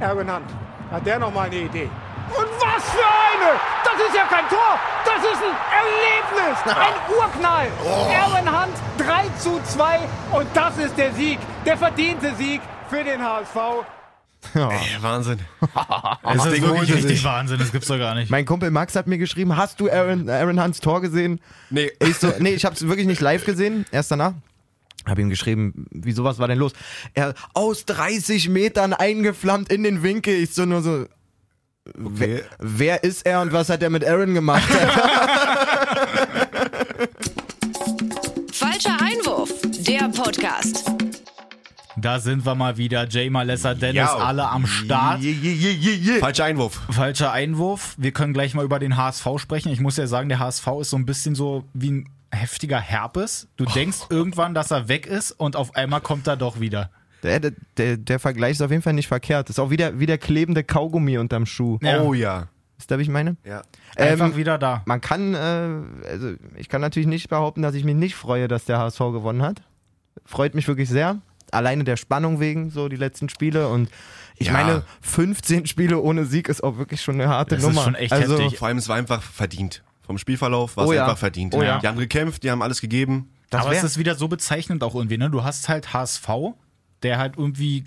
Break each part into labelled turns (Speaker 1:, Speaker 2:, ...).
Speaker 1: Ergenhand. Hat der nochmal eine Idee? Und was für eine! Das ist ja kein Tor! Das ist ein Erlebnis! Ein Urknall! Erwin Hand 3 zu 2 und das ist der Sieg, der verdiente Sieg für den HSV.
Speaker 2: Ey, Wahnsinn.
Speaker 3: Das
Speaker 2: ist
Speaker 3: Ding
Speaker 2: wirklich
Speaker 3: holte
Speaker 2: richtig
Speaker 3: sich.
Speaker 4: Wahnsinn, das gibt's doch gar nicht.
Speaker 3: Mein Kumpel Max hat mir geschrieben, hast du Aaron, Aaron Hunts Tor gesehen?
Speaker 2: Nee,
Speaker 3: Ich so, nee, ich habe es wirklich nicht live gesehen, erst danach. Habe ihm geschrieben, wieso, was war denn los? Er, aus 30 Metern eingeflammt in den Winkel. Ich so nur so,
Speaker 4: Äh.
Speaker 3: wer, wer ist er und was hat er mit Aaron gemacht?
Speaker 5: Falscher Einwurf, der Podcast.
Speaker 4: Da sind wir mal wieder. Jay Malessa, Dennis,
Speaker 2: Ja.
Speaker 4: alle am Start.
Speaker 3: Je, je, je, je, je.
Speaker 2: falscher Einwurf.
Speaker 4: Falscher Einwurf. Wir können gleich mal über den HSV sprechen. Ich muss ja sagen, der HSV ist so ein bisschen so wie ein heftiger Herpes. Du denkst irgendwann, dass er weg ist und auf einmal kommt er doch wieder.
Speaker 3: Der, der- der, der Vergleich ist auf jeden Fall nicht verkehrt. Ist auch wieder, wieder klebende Kaugummi unterm Schuh.
Speaker 4: Ja.
Speaker 2: Oh ja.
Speaker 3: Ist da, wie ich meine?
Speaker 2: ja.
Speaker 4: Einfach
Speaker 3: Ähm,
Speaker 4: wieder da.
Speaker 3: man kann, äh, also ich kann natürlich nicht behaupten, dass ich mich nicht freue, dass der HSV gewonnen hat. Freut mich wirklich sehr. Alleine der Spannung wegen, so die letzten Spiele. Und ich
Speaker 2: Ja.
Speaker 3: meine, 15 Spiele ohne Sieg ist auch wirklich schon eine harte
Speaker 4: Das ist
Speaker 3: Nummer.
Speaker 4: schon echt
Speaker 3: also,
Speaker 4: heftig.
Speaker 2: Vor allem, es war einfach verdient. Vom Spielverlauf war es
Speaker 3: Oh ja.
Speaker 2: einfach verdient.
Speaker 3: Oh ja.
Speaker 2: Die haben gekämpft, die haben alles gegeben.
Speaker 3: Das
Speaker 4: Aber es
Speaker 3: wär,
Speaker 4: ist wieder so bezeichnend auch irgendwie, ne? Du hast halt HSV, der halt irgendwie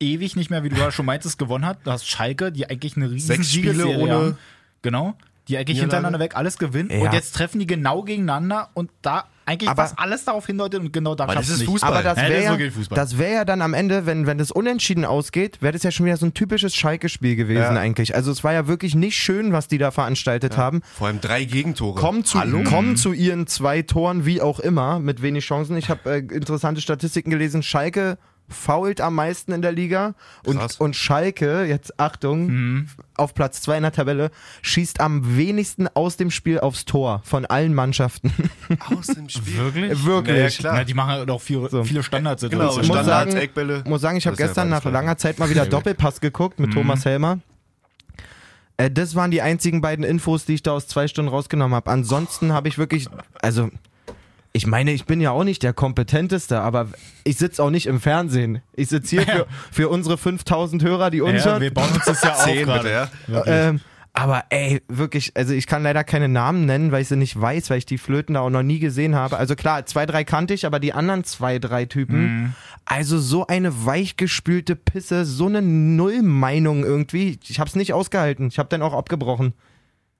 Speaker 4: ewig nicht mehr, wie du ja schon meintest, gewonnen hat. Du hast Schalke, die eigentlich eine riesen
Speaker 2: Sechs Spiele
Speaker 4: Siegesserie
Speaker 2: ohne
Speaker 4: haben. Genau. Die eigentlich
Speaker 2: Niederlage.
Speaker 4: hintereinander weg alles gewinnen.
Speaker 3: Ja.
Speaker 4: Und jetzt treffen die genau gegeneinander und da eigentlich
Speaker 3: Aber-
Speaker 4: was alles darauf hindeutet und genau da
Speaker 2: Aber
Speaker 4: klappt
Speaker 2: das ist
Speaker 4: es nicht.
Speaker 2: Fußball.
Speaker 3: aber das
Speaker 4: Ja, das
Speaker 3: wäre
Speaker 4: ist
Speaker 3: ja,
Speaker 4: wirklich Fußball.
Speaker 3: das wär ja dann am Ende, wenn, wenn das unentschieden ausgeht, wäre das ja schon wieder so ein typisches Schalke-Spiel gewesen
Speaker 2: Ja.
Speaker 3: eigentlich. Also es war ja wirklich nicht schön, was die da veranstaltet haben.
Speaker 2: Vor allem drei Gegentore.
Speaker 3: kommen zu, kommen zu ihren zwei Toren, wie auch immer, mit wenig Chancen. Ich habe äh, interessante Statistiken gelesen. Schalke fault am meisten in der Liga und,
Speaker 2: Krass.
Speaker 3: und Schalke, jetzt Achtung, auf Platz zwei in der Tabelle, schießt am wenigsten aus dem Spiel aufs Tor von allen Mannschaften.
Speaker 2: aus dem Spiel.
Speaker 4: Wirklich?
Speaker 3: Wirklich.
Speaker 2: klar.
Speaker 4: Na, die machen halt auch viele, viele
Speaker 2: Genau,
Speaker 4: Standardsituationen.
Speaker 3: muss
Speaker 2: Standards,
Speaker 3: sagen-
Speaker 2: Eckbälle.
Speaker 3: muss sagen, ich habe
Speaker 2: Das ist ja
Speaker 3: gestern
Speaker 2: Mhm. beides
Speaker 3: nach
Speaker 2: frei.
Speaker 3: langer Zeit mal wieder Doppelpass geguckt mit Thomas Helmer. Äh, das waren die einzigen beiden Infos, die ich da aus zwei Stunden rausgenommen habe. Ansonsten habe ich wirklich, also ich meine, ich bin ja auch nicht der kompetenteste, aber ich sitze auch nicht im Fernsehen. Ich sitze hier für, für unsere 5000 Hörer, die uns
Speaker 4: ja,
Speaker 3: hören.
Speaker 4: wir bauen uns das ja auf
Speaker 2: Zehn bitte,
Speaker 4: gerade.
Speaker 2: ja.
Speaker 3: Ähm, aber ey, wirklich, also ich kann leider keine Namen nennen, weil ich sie nicht weiß, weil ich die Flöten da auch noch nie gesehen habe. Also klar, zwei, drei kannte ich, aber die anderen zwei, drei Typen,
Speaker 4: Mhm.
Speaker 3: also so eine weichgespülte Pisse, so eine Nullmeinung irgendwie. Ich hab's nicht ausgehalten. Ich hab dann auch abgebrochen.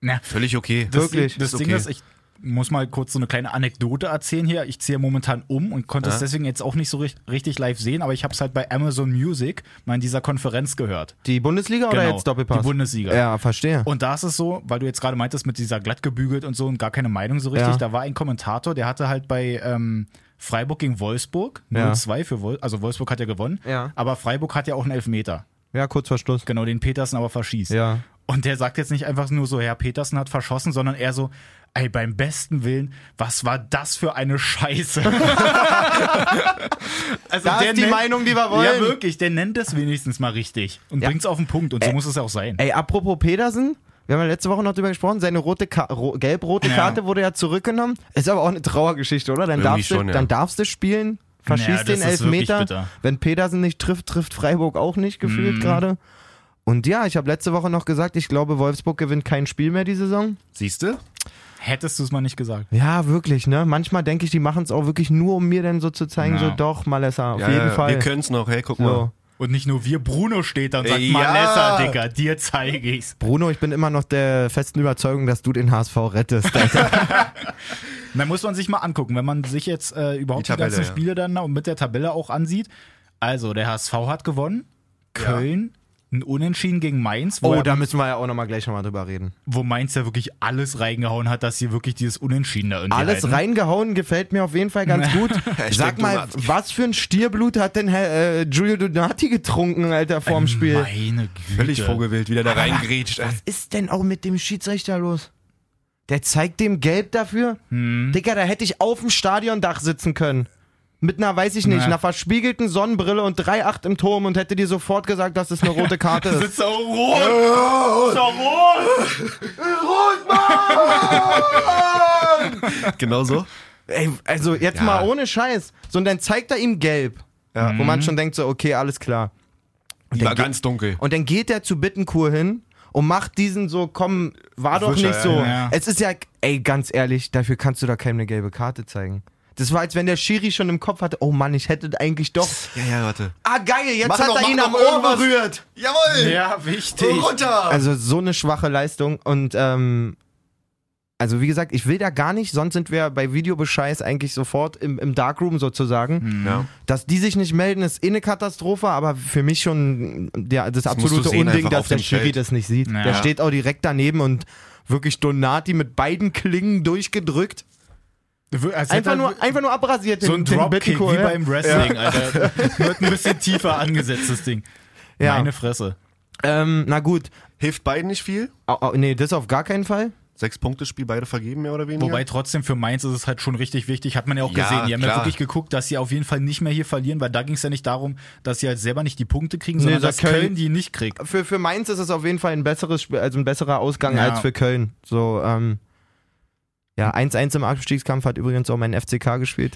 Speaker 4: Na,
Speaker 2: Völlig okay.
Speaker 4: Das,
Speaker 3: Wirklich.
Speaker 4: Das
Speaker 2: Ist
Speaker 4: Ding
Speaker 2: okay.
Speaker 4: ist, ich muss mal kurz so eine kleine Anekdote erzählen hier. Ich ziehe momentan um und konnte es deswegen jetzt auch nicht so richt- richtig live sehen, aber ich habe es halt bei Amazon Music mal in dieser Konferenz gehört.
Speaker 3: Die Bundesliga oder
Speaker 4: Genau,
Speaker 3: jetzt Doppelpass?
Speaker 4: die Bundesliga.
Speaker 3: Ja, verstehe.
Speaker 4: Und da ist es so, weil du jetzt gerade meintest, mit dieser glatt gebügelt und so und gar keine Meinung so richtig,
Speaker 3: Ja.
Speaker 4: da war ein Kommentator, der hatte halt bei ähm, Freiburg gegen Wolfsburg
Speaker 3: Ja.
Speaker 4: 0-2 für Wolfsburg, also Wolfsburg hat ja gewonnen,
Speaker 3: Ja.
Speaker 4: aber Freiburg hat ja auch einen Elfmeter.
Speaker 3: ja, Kurzverschluss.
Speaker 4: Genau, den Petersen aber verschießt.
Speaker 3: Ja.
Speaker 4: Und der sagt jetzt nicht einfach nur so, Herr Petersen hat verschossen, sondern eher so, ey, beim besten Willen, was war das für eine Scheiße? also
Speaker 3: Da ist die
Speaker 4: nennt-
Speaker 3: Meinung, die wir
Speaker 4: Ja,
Speaker 3: wollen.
Speaker 4: wirklich, der nennt es wenigstens mal richtig und
Speaker 3: Ja.
Speaker 4: bringt's auf den Punkt und so muss es auch sein.
Speaker 3: Ey, apropos Pedersen, wir haben ja letzte Woche noch drüber gesprochen, seine rote Ka ro gelb-rote
Speaker 4: Ja.
Speaker 3: Karte wurde ja zurückgenommen. Ist aber auch eine Trauergeschichte, oder? Dann
Speaker 2: Irgendwie
Speaker 3: darfst,
Speaker 2: schon,
Speaker 3: du,
Speaker 2: ja.
Speaker 3: dann darfst du spielen, verschießt
Speaker 4: Ja, das
Speaker 3: den
Speaker 4: ist wirklich
Speaker 3: Elfmeter.
Speaker 4: bitter.
Speaker 3: Wenn Pedersen nicht trifft, trifft Freiburg auch nicht gefühlt gerade. Und ja, ich habe letzte Woche noch gesagt, ich glaube, Wolfsburg gewinnt kein Spiel mehr die Saison.
Speaker 2: Siehst du?
Speaker 4: Hättest du es mal nicht gesagt.
Speaker 3: Ja, wirklich, ne? Manchmal denke ich, die machen es auch wirklich nur, um mir dann so zu zeigen, so
Speaker 4: Ja.
Speaker 3: doch, Malessa, auf jeden Fall.
Speaker 2: Wir können es noch. Hey, guck mal.
Speaker 3: so.
Speaker 4: Und nicht nur wir, Bruno steht da und sagt,
Speaker 2: Ja.
Speaker 4: Malessa, Digga, dir zeige ich's.
Speaker 3: Bruno, ich bin immer noch der festen Überzeugung, dass du den HSV rettest.
Speaker 4: Da muss man sich mal angucken, wenn man sich jetzt äh, überhaupt die,
Speaker 2: Die Tabelle,
Speaker 4: ganzen
Speaker 2: ja.
Speaker 4: Spiele dann und mit der Tabelle auch ansieht. Also, der HSV hat gewonnen, Köln ein Unentschieden gegen Mainz, wo,
Speaker 3: oh,
Speaker 4: er-
Speaker 3: da müssen wir ja auch nochmal gleich nochmal drüber reden.
Speaker 4: wo Mainz ja wirklich alles reingehauen hat, dass sie wirklich dieses Unentschieden da irgendwie
Speaker 3: Alles
Speaker 2: ne?
Speaker 4: halten.
Speaker 3: reingehauen gefällt mir auf jeden Fall ganz gut. Sag
Speaker 2: Hashtag
Speaker 3: mal,
Speaker 2: Donati.
Speaker 3: was für ein Stierblut hat denn Herr, äh, Giulio Donati getrunken, Alter, vorm
Speaker 2: Äh,
Speaker 3: Spiel?
Speaker 4: Meine Güte.
Speaker 2: Völlig vogelwild, wieder da reingrätscht. ey.
Speaker 3: Was ist denn auch mit dem Schiedsrichter los? Der zeigt dem Gelb dafür?
Speaker 2: Hm.
Speaker 3: Digga, da hätte ich auf dem Stadiondach sitzen können. Mit einer, weiß ich nicht,
Speaker 4: Na.
Speaker 3: einer verspiegelten Sonnenbrille und 3,8 im Turm und hätte dir sofort gesagt, dass es eine rote Karte ist.
Speaker 4: Ist doch rot! Ist doch rot!
Speaker 2: Genau so.
Speaker 3: Ey, also jetzt
Speaker 2: Ja.
Speaker 3: mal ohne Scheiß. So, und dann zeigt er ihm gelb. Wo man schon denkt so, okay, alles klar.
Speaker 2: Mhm. Die war ganz dunkel.
Speaker 3: Und dann geht er zu Bittenkur hin und macht diesen so, komm, war doch
Speaker 2: Wischer,
Speaker 3: nicht so.
Speaker 2: ja,
Speaker 4: ja.
Speaker 3: Es ist ja, ey, ganz ehrlich, dafür kannst du da keine gelbe Karte zeigen. Das war, als wenn der Schiri schon im Kopf hatte, oh Mann, ich hätte eigentlich doch.
Speaker 2: Ja, ja, warte.
Speaker 3: Ah, geil, jetzt
Speaker 2: Mach
Speaker 3: hat
Speaker 2: doch,
Speaker 3: er
Speaker 2: mach
Speaker 3: ihn
Speaker 2: doch
Speaker 3: am Ohr
Speaker 2: irgendwas.
Speaker 3: berührt.
Speaker 2: Jawohl!
Speaker 4: Ja, wichtig.
Speaker 2: Runter!
Speaker 3: Also so eine schwache Leistung. Und ähm, also wie gesagt, ich will da gar nicht, sonst sind wir bei Videobescheiß eigentlich sofort im, im Darkroom sozusagen.
Speaker 2: ja.
Speaker 3: Dass die sich nicht melden, ist eh eine Katastrophe, aber für mich schon der, das
Speaker 2: musst
Speaker 3: absolute
Speaker 2: du sehen,
Speaker 3: Unding,
Speaker 2: einfach
Speaker 3: dass
Speaker 2: auf
Speaker 3: der
Speaker 2: dem
Speaker 3: Schiri
Speaker 2: Feld.
Speaker 3: das nicht sieht.
Speaker 4: Ja.
Speaker 3: Der steht auch direkt daneben und wirklich Donati mit beiden Klingen durchgedrückt.
Speaker 4: Als hätte
Speaker 3: Einfach
Speaker 4: er
Speaker 3: nur, einfach nur abrasiert.
Speaker 4: also so ein Dropkick
Speaker 3: Bittencourt,
Speaker 4: wie
Speaker 3: ja.
Speaker 4: beim Wrestling, Alter. Wird ein bisschen tiefer angesetzt, das Ding.
Speaker 3: Ja.
Speaker 4: Meine Fresse.
Speaker 3: Ähm, na gut.
Speaker 2: Hilft beiden nicht viel.
Speaker 3: Au- au- nee, das auf gar keinen Fall.
Speaker 2: Sechs Punkte Spiel beide vergeben, mehr oder weniger.
Speaker 4: Wobei trotzdem für Mainz ist es halt schon richtig wichtig, hat man ja auch
Speaker 2: Ja,
Speaker 4: gesehen. Die haben ja
Speaker 2: klar.
Speaker 4: wirklich geguckt, dass sie auf jeden Fall nicht mehr hier verlieren, weil da ging es ja nicht darum, dass sie halt selber nicht die Punkte kriegen, sondern
Speaker 3: da
Speaker 4: dass
Speaker 3: Köln-
Speaker 4: Köln, die nicht kriegt.
Speaker 3: für, für Mainz ist es auf jeden Fall ein besseres Spiel, also ein besserer Ausgang
Speaker 4: Ja.
Speaker 3: als für Köln. So, ähm, ja, 1-1 im Abstiegskampf hat übrigens auch mein FCK gespielt.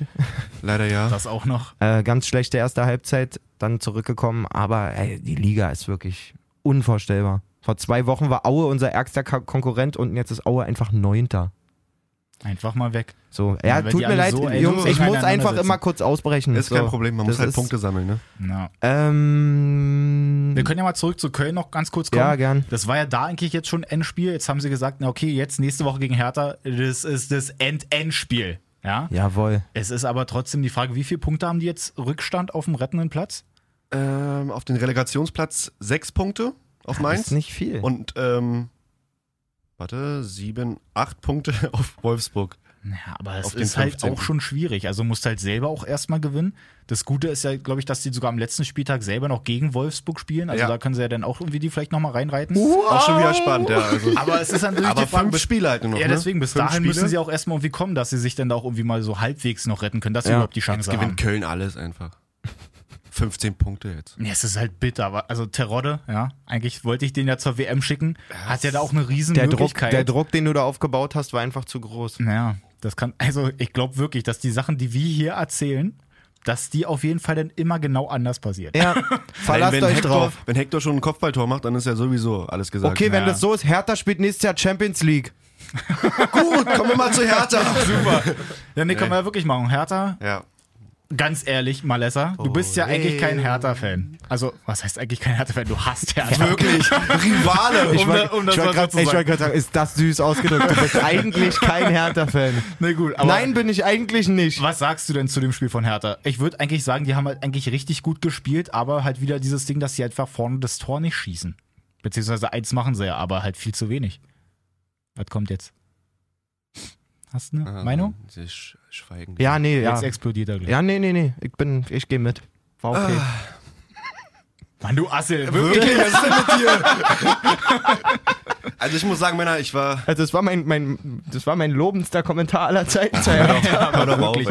Speaker 2: Leider ja.
Speaker 4: Das auch noch.
Speaker 3: Äh, ganz schlechte erste Halbzeit, dann zurückgekommen, aber ey, die Liga ist wirklich unvorstellbar. Vor zwei Wochen war Aue unser ärgster Ka- Konkurrent und jetzt ist Aue einfach Neunter.
Speaker 4: Einfach mal weg.
Speaker 3: So, ja,
Speaker 4: wenn
Speaker 3: tut
Speaker 4: die
Speaker 3: mir
Speaker 4: alle
Speaker 3: leid,
Speaker 4: so, ey,
Speaker 3: Jungs,
Speaker 4: so
Speaker 3: ich muss einfach
Speaker 4: auseinandersetzen.
Speaker 3: immer kurz ausbrechen.
Speaker 2: Ist
Speaker 3: so.
Speaker 2: kein Problem, man
Speaker 3: das
Speaker 2: muss halt
Speaker 3: ist-
Speaker 2: Punkte sammeln, ne?
Speaker 4: Ja.
Speaker 3: Ähm,
Speaker 4: Wir können ja mal zurück zu Köln noch ganz kurz kommen.
Speaker 3: ja, gern.
Speaker 4: Das war ja da eigentlich jetzt schon Endspiel. Jetzt haben sie gesagt, na okay, jetzt nächste Woche gegen Hertha, das ist das End-Endspiel. Ja?
Speaker 3: Jawohl.
Speaker 4: Es ist aber trotzdem die Frage, wie viele Punkte haben die jetzt Rückstand auf dem rettenden Platz?
Speaker 2: Ähm, auf den Relegationsplatz sechs Punkte auf
Speaker 3: Ist
Speaker 2: Mainz.
Speaker 3: nicht viel.
Speaker 2: Und, ähm, warte, sieben, acht Punkte auf Wolfsburg.
Speaker 4: Ja, aber es
Speaker 2: Auf den
Speaker 4: ist halt
Speaker 2: 15..
Speaker 4: auch schon schwierig. Also musst halt selber auch erstmal gewinnen. Das Gute ist ja, glaube ich, dass die sogar am letzten Spieltag selber noch gegen Wolfsburg spielen. Also
Speaker 2: Ja.
Speaker 4: da können sie ja dann auch irgendwie die vielleicht nochmal reinreiten.
Speaker 2: Auch schon wieder spannend, ja. Also.
Speaker 4: Aber es ist natürlich
Speaker 2: Aber
Speaker 4: die Frage,
Speaker 2: fünf
Speaker 4: bis,
Speaker 2: Spiele halt nur noch.
Speaker 4: ja,
Speaker 2: ne?
Speaker 4: deswegen, bis
Speaker 2: Fünf
Speaker 4: dahin
Speaker 2: Spiele.
Speaker 4: müssen sie auch erstmal irgendwie kommen, dass sie sich dann da auch irgendwie mal so halbwegs noch retten können, dass sie
Speaker 3: Ja.
Speaker 4: überhaupt die Chance
Speaker 2: Jetzt
Speaker 4: haben.
Speaker 2: gewinnt Köln alles einfach. 15 Punkte jetzt.
Speaker 4: Ja, es ist halt bitter. aber- Also Terodde, ja, eigentlich wollte ich den ja zur WM schicken. Hat ja da auch eine riesen
Speaker 3: der Druck,
Speaker 4: Möglichkeit.
Speaker 3: der Druck, den du da aufgebaut hast, war einfach zu groß.
Speaker 4: Naja, das kann, also ich glaube wirklich, dass die Sachen, die wir hier erzählen, dass die auf jeden Fall dann immer genau anders passiert.
Speaker 3: Ja, verlasst
Speaker 2: wenn,
Speaker 3: euch
Speaker 2: Hector,
Speaker 3: drauf.
Speaker 2: wenn Hector schon ein Kopfballtor macht, dann ist ja sowieso alles gesagt.
Speaker 3: Okay, wenn
Speaker 4: Ja.
Speaker 3: das so ist, Hertha spielt nächstes Jahr Champions League.
Speaker 2: gut, kommen wir mal zu Hertha.
Speaker 4: Super. Ja, nee, können wir ja wirklich machen. Hertha,
Speaker 2: Ja.
Speaker 4: ganz ehrlich, Malessa,
Speaker 3: Oh,
Speaker 4: du bist ja eigentlich kein Hertha-Fan. Also, was heißt eigentlich kein Hertha-Fan? Du hasst Hertha.
Speaker 2: Wirklich, Rivale.
Speaker 4: Um da- um das mal so
Speaker 3: grad-
Speaker 4: zu
Speaker 3: ich
Speaker 4: sagen.
Speaker 3: wollte gerade sagen, ist das süß ausgedrückt. Du bist eigentlich kein Hertha-Fan.
Speaker 4: Nee, gut, aber
Speaker 3: Nein, bin ich eigentlich nicht.
Speaker 4: Was sagst du denn zu dem Spiel von Hertha? Ich würde eigentlich sagen, die haben halt eigentlich richtig gut gespielt, aber halt wieder dieses Ding, dass sie einfach vorne das Tor nicht schießen. Beziehungsweise eins machen sie ja, aber halt viel zu wenig. Was kommt jetzt? Hast du eine
Speaker 2: Ähm,
Speaker 4: Meinung?
Speaker 2: Sie sch schweigen.
Speaker 3: Ja, nee, ja.
Speaker 4: Jetzt explodiert er gleich.
Speaker 3: Ja, nee, nee, nee. Ich bin, ich gehe mit. War okay.
Speaker 4: Ah. Mann, du Assel, wirklich?
Speaker 2: Äh, Wirklich, was ist denn mit dir? also ich muss sagen, Männer, ich war...
Speaker 3: Also das war mein, mein, das war mein lobendster Kommentar aller Zeiten. zu Hertha.
Speaker 2: Hör doch auf, ey.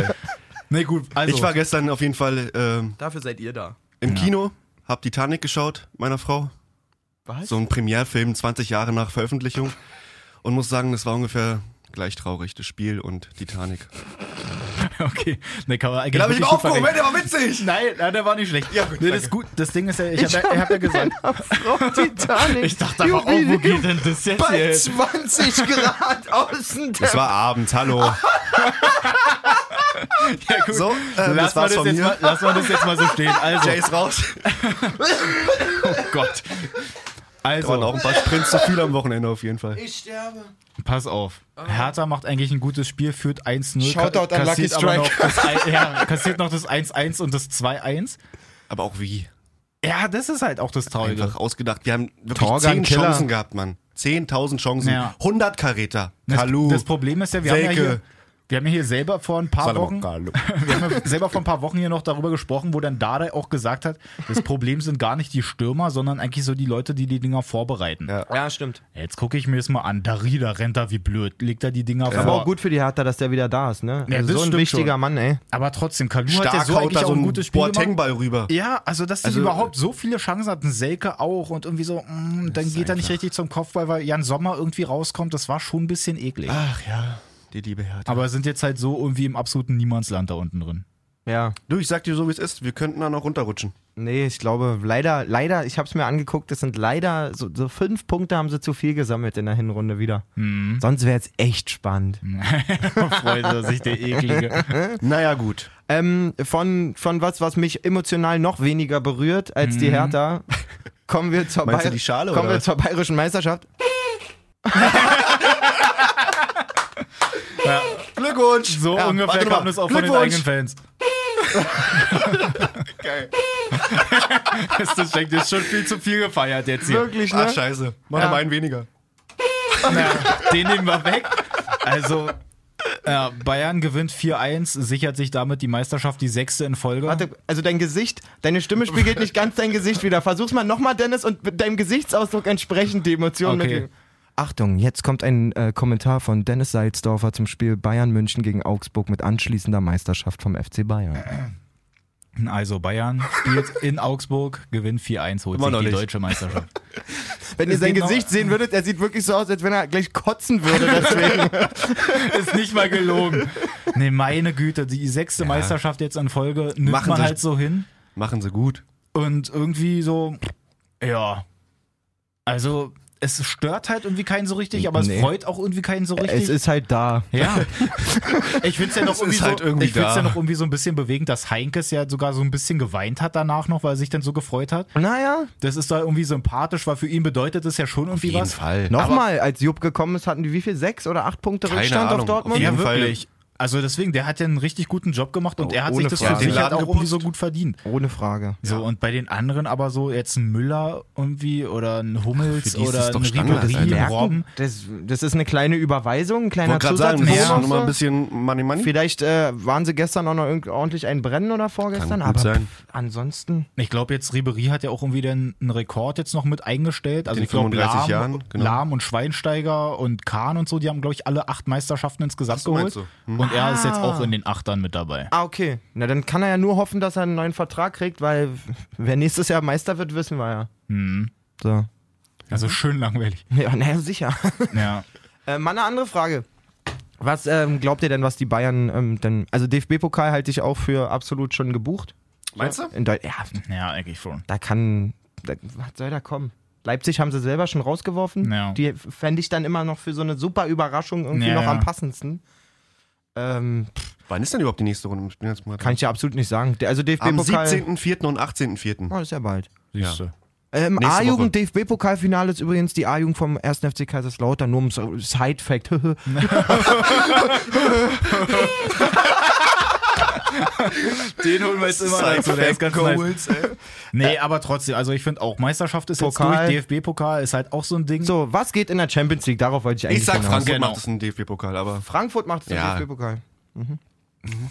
Speaker 4: Nee, gut, also.
Speaker 2: Ich war gestern auf jeden Fall ähm,
Speaker 3: Dafür seid ihr da.
Speaker 2: im Kino, hab Titanic geschaut, meiner Frau.
Speaker 3: Was?
Speaker 2: So ein Premierfilm, 20 Jahre nach Veröffentlichung. Und muss sagen, das war ungefähr gleich traurig, das Spiel und Titanic.
Speaker 4: okay. Nee, kann man eigentlich
Speaker 2: Den hab ich
Speaker 4: wirklich
Speaker 2: ihm
Speaker 4: gut
Speaker 2: aufgehoben,
Speaker 4: vergleichen.
Speaker 2: der war witzig.
Speaker 4: Nein, nein, der war nicht schlecht.
Speaker 2: Ja, gut,
Speaker 4: nee, das, ist gut. das Ding ist ja, ich, hab, ja- ich hab ja gesagt.
Speaker 3: Frau Titanic.
Speaker 4: Ich dachte aber, oh, wo geht denn das jetzt hier?
Speaker 3: bei
Speaker 4: hin?
Speaker 3: 20 Grad außen
Speaker 2: Das war abends, hallo.
Speaker 4: Ja, gut.
Speaker 2: So, äh,
Speaker 4: lass,
Speaker 2: das war's
Speaker 4: mal das
Speaker 2: von
Speaker 4: jetzt
Speaker 2: mir.
Speaker 4: mal, lass mal das jetzt mal so stehen. Also,
Speaker 2: Jay ist raus.
Speaker 4: Gott.
Speaker 2: Da waren auch
Speaker 4: Also,
Speaker 2: ein paar Sprints zu viel am Wochenende auf jeden Fall.
Speaker 3: Ich sterbe.
Speaker 4: pass auf. Hertha macht eigentlich ein gutes Spiel, führt 1-0. ka-
Speaker 3: Shoutout an Lucky
Speaker 4: kassiert aber
Speaker 3: Strike.
Speaker 4: Noch das, ein- ja, kassiert noch das 1-1 und das 2-1.
Speaker 2: Aber auch wie?
Speaker 4: Ja, das ist halt auch das Traurige.
Speaker 2: Einfach ausgedacht. Wir haben wirklich
Speaker 3: Torgan,
Speaker 2: zehn
Speaker 3: Killer.
Speaker 2: Chancen gehabt, Mann. 10.000 Chancen.
Speaker 4: Ja.
Speaker 2: 100 Karäter.
Speaker 4: Das,
Speaker 2: Kalu.
Speaker 4: das Problem ist ja, wir haben ja,
Speaker 2: Selke.
Speaker 4: hier, wir haben ja hier selber vor ein paar
Speaker 2: Salomon
Speaker 4: Wochen
Speaker 2: Kalou.
Speaker 4: wir haben ja selber vor ein paar Wochen hier noch darüber gesprochen, wo dann Dada auch gesagt hat, das Problem sind gar nicht die Stürmer, sondern eigentlich so die Leute, die die Dinger vorbereiten.
Speaker 2: Ja.
Speaker 3: Ja, stimmt.
Speaker 4: Jetzt gucke ich mir das mal an. Darida rennt da wie blöd, legt da die Dinger
Speaker 3: Aber
Speaker 4: vor.
Speaker 3: auch gut für die Hertha, dass der wieder da ist, ne?
Speaker 4: Ja,
Speaker 3: also
Speaker 4: das
Speaker 3: so ein
Speaker 4: stimmt
Speaker 3: wichtiger
Speaker 4: schon.
Speaker 3: Mann, ey.
Speaker 4: Aber trotzdem, Kalu hat ja
Speaker 2: Stark
Speaker 4: so
Speaker 2: haut
Speaker 4: eigentlich
Speaker 2: da
Speaker 4: auch
Speaker 2: so
Speaker 4: ein
Speaker 2: ein
Speaker 4: gutes Spiel gemacht.
Speaker 2: Boateng-Ball rüber.
Speaker 4: Ja, also dass die
Speaker 2: Also,
Speaker 4: überhaupt so viele Chancen hatten, Selke auch und irgendwie so, mm, dann geht er nicht richtig zum Kopfball, weil Jan Sommer irgendwie rauskommt, das war schon ein
Speaker 2: Ah.
Speaker 4: bisschen eklig.
Speaker 2: Ach ja, die liebe Hertha.
Speaker 4: Aber sind jetzt halt so irgendwie im absoluten Niemandsland da unten drin.
Speaker 3: Ja.
Speaker 2: Du, ich sag dir so, wie es ist. Wir könnten da noch runterrutschen.
Speaker 3: Nee, ich glaube, leider, leider, ich habe es mir angeguckt, es sind leider so, so fünf Punkte haben sie zu viel gesammelt in der Hinrunde wieder.
Speaker 4: Mhm.
Speaker 3: Sonst wäre es echt spannend.
Speaker 4: Freut sich der eklige.
Speaker 2: Naja, gut.
Speaker 3: Ähm, von, von was, was mich emotional noch weniger berührt als die Hertha, kommen wir zur,
Speaker 2: Meinst du
Speaker 3: Bayer-
Speaker 2: die Schale,
Speaker 3: kommen
Speaker 2: oder
Speaker 3: wir
Speaker 2: was?
Speaker 3: zur bayerischen Meisterschaft.
Speaker 2: Glückwunsch!
Speaker 4: So
Speaker 2: Ja,
Speaker 4: ungefähr
Speaker 2: warte mal.
Speaker 4: kam das auch von den eigenen
Speaker 2: Glückwunsch.
Speaker 4: Fans.
Speaker 2: Geil.
Speaker 4: Das ist, das ist schon viel zu viel gefeiert jetzt hier.
Speaker 3: Wirklich,
Speaker 2: Ach, scheiße. ne? Mach noch mal einen weniger.
Speaker 4: Na, den nehmen wir weg. Also, ja, Bayern gewinnt 4-1, sichert sich damit die Meisterschaft, die sechste in Folge.
Speaker 3: Warte, also dein Gesicht, deine Stimme spiegelt nicht ganz dein Gesicht wieder. Versuch's mal nochmal, Dennis, und mit deinem Gesichtsausdruck entsprechend die Emotionen
Speaker 4: Okay.
Speaker 3: mit. Achtung, jetzt kommt ein äh, Kommentar von Dennis Salzdorfer zum Spiel Bayern München gegen Augsburg mit anschließender Meisterschaft vom FC Bayern.
Speaker 4: Also, Bayern spielt in Augsburg, gewinnt 4-1, holt
Speaker 2: Immer
Speaker 4: sich
Speaker 2: noch
Speaker 4: die
Speaker 2: nicht.
Speaker 4: deutsche Meisterschaft.
Speaker 3: Wenn ihr sein
Speaker 4: geht noch-
Speaker 3: Gesicht sehen würdet, er sieht wirklich so aus, als wenn er gleich kotzen würde. Deswegen.
Speaker 4: Ist nicht mal gelogen. Nee, meine Güte, die sechste Meisterschaft jetzt in Folge nimmt
Speaker 2: Machen
Speaker 4: man
Speaker 2: sie-
Speaker 4: halt so hin.
Speaker 2: Machen sie gut.
Speaker 4: Und irgendwie so, ja. Also, es stört halt irgendwie keinen so richtig, aber
Speaker 3: Nee.
Speaker 4: es freut auch irgendwie keinen so richtig.
Speaker 3: es ist halt da.
Speaker 4: Ja. Ich find's ja noch irgendwie,
Speaker 2: ist halt
Speaker 4: so,
Speaker 2: irgendwie
Speaker 4: ich find's
Speaker 2: da.
Speaker 4: ja noch irgendwie so ein bisschen bewegend, dass Heinkes ja sogar so ein bisschen geweint hat danach noch, weil er sich dann so gefreut hat.
Speaker 3: Naja,
Speaker 4: Das ist da irgendwie sympathisch, weil für ihn bedeutet es ja schon irgendwie was.
Speaker 2: Fall.
Speaker 3: nochmal, als Jupp gekommen ist, hatten die wie viel? Sechs oder acht Punkte
Speaker 2: Äh, Keine
Speaker 3: Rückstand auf
Speaker 2: Ahnung.
Speaker 3: Dortmund?
Speaker 2: Auf
Speaker 4: Ja,
Speaker 2: jeden Fall.
Speaker 4: wirklich. Also deswegen, der hat ja einen richtig guten Job gemacht und
Speaker 2: Oh,
Speaker 4: er hat
Speaker 2: ohne
Speaker 4: sich das
Speaker 2: Frage.
Speaker 4: für
Speaker 2: Den
Speaker 4: sich halt
Speaker 2: Laden
Speaker 4: auch irgendwie
Speaker 2: geputzt.
Speaker 4: so gut verdient.
Speaker 3: Ohne Frage.
Speaker 4: So, und bei den anderen aber so jetzt ein Müller irgendwie oder ein
Speaker 2: Für
Speaker 4: Hummels
Speaker 2: die ist es
Speaker 4: oder ein
Speaker 2: doch Standard,
Speaker 4: Ribéry,
Speaker 2: Alter.
Speaker 4: ein
Speaker 2: Merken,
Speaker 4: Robben.
Speaker 3: Das, das ist eine kleine Überweisung, ein
Speaker 2: Ich
Speaker 3: kleiner
Speaker 2: wollte gerade sagen, das ist
Speaker 3: Zusatzbonus.
Speaker 2: schon mal ein bisschen Money Money.
Speaker 3: Vielleicht äh, waren sie gestern auch noch irgend- ordentlich ein Brennen oder vorgestern,
Speaker 2: Kann gut
Speaker 3: aber
Speaker 2: sein.
Speaker 3: pff, ansonsten.
Speaker 4: Ich glaube, jetzt Ribery hat ja auch irgendwie den, einen Rekord jetzt noch mit eingestellt. Also
Speaker 2: Den
Speaker 4: ich glaube,
Speaker 2: 35
Speaker 4: Lahm,
Speaker 2: Jahren, genau.
Speaker 4: Lahm und Schweinsteiger und Kahn und so, die haben, glaube ich, alle acht Meisterschaften insgesamt
Speaker 2: Ach so,
Speaker 4: geholt.
Speaker 2: meinst Hm.
Speaker 4: Und er ist jetzt auch in den Achtern mit dabei.
Speaker 3: Ah, okay. Na, dann kann er ja nur hoffen, dass er einen neuen Vertrag kriegt, weil wer nächstes Jahr Meister wird, wissen wir ja.
Speaker 2: Mhm.
Speaker 3: So.
Speaker 4: Also schön langweilig.
Speaker 3: Ja, naja, sicher.
Speaker 4: Ja.
Speaker 3: Äh, mal eine andere Frage. Was ähm, glaubt ihr denn, was die Bayern ähm, denn. Also, DFB-Pokal halte ich auch für absolut schon gebucht.
Speaker 2: Meinst du?
Speaker 3: In Deu ja,
Speaker 4: ja, eigentlich schon.
Speaker 3: da kann. Da, was soll da kommen? Leipzig haben sie selber schon rausgeworfen.
Speaker 4: Ja.
Speaker 3: Die fände ich dann immer noch für so eine super Überraschung irgendwie
Speaker 4: Ja,
Speaker 3: noch
Speaker 4: ja.
Speaker 3: am passendsten. Ähm,
Speaker 2: Wann ist denn überhaupt die nächste Runde im Spielanzmonat?
Speaker 3: Kann ich ja absolut nicht sagen. Der- Also
Speaker 2: Am
Speaker 3: DFB-Pokal.
Speaker 2: 17.04. und 18.04.
Speaker 3: Oh, ist ja bald.
Speaker 4: Siehst du.
Speaker 3: Ähm,
Speaker 2: Nächste Woche.
Speaker 3: A-Jugend DFB-Pokalfinale ist übrigens die A-Jugend vom 1. FC Kaiserslautern, nur um so- Side-Fact.
Speaker 4: Den holen wir jetzt immer dazu. Der ist ganz nice.
Speaker 2: Goals, ey.
Speaker 4: Nee, aber trotzdem, also ich finde auch, Meisterschaft ist
Speaker 3: Pokal.
Speaker 4: jetzt durch, DFB-Pokal ist halt auch so ein Ding.
Speaker 3: so, was geht in der Champions League? Darauf wollte ich eigentlich
Speaker 2: Ich sag,
Speaker 3: hinaus.
Speaker 2: Frankfurt
Speaker 4: Genau.
Speaker 2: macht es einen DFB-Pokal, aber
Speaker 3: Frankfurt macht es im
Speaker 2: Ja.
Speaker 3: DFB-Pokal.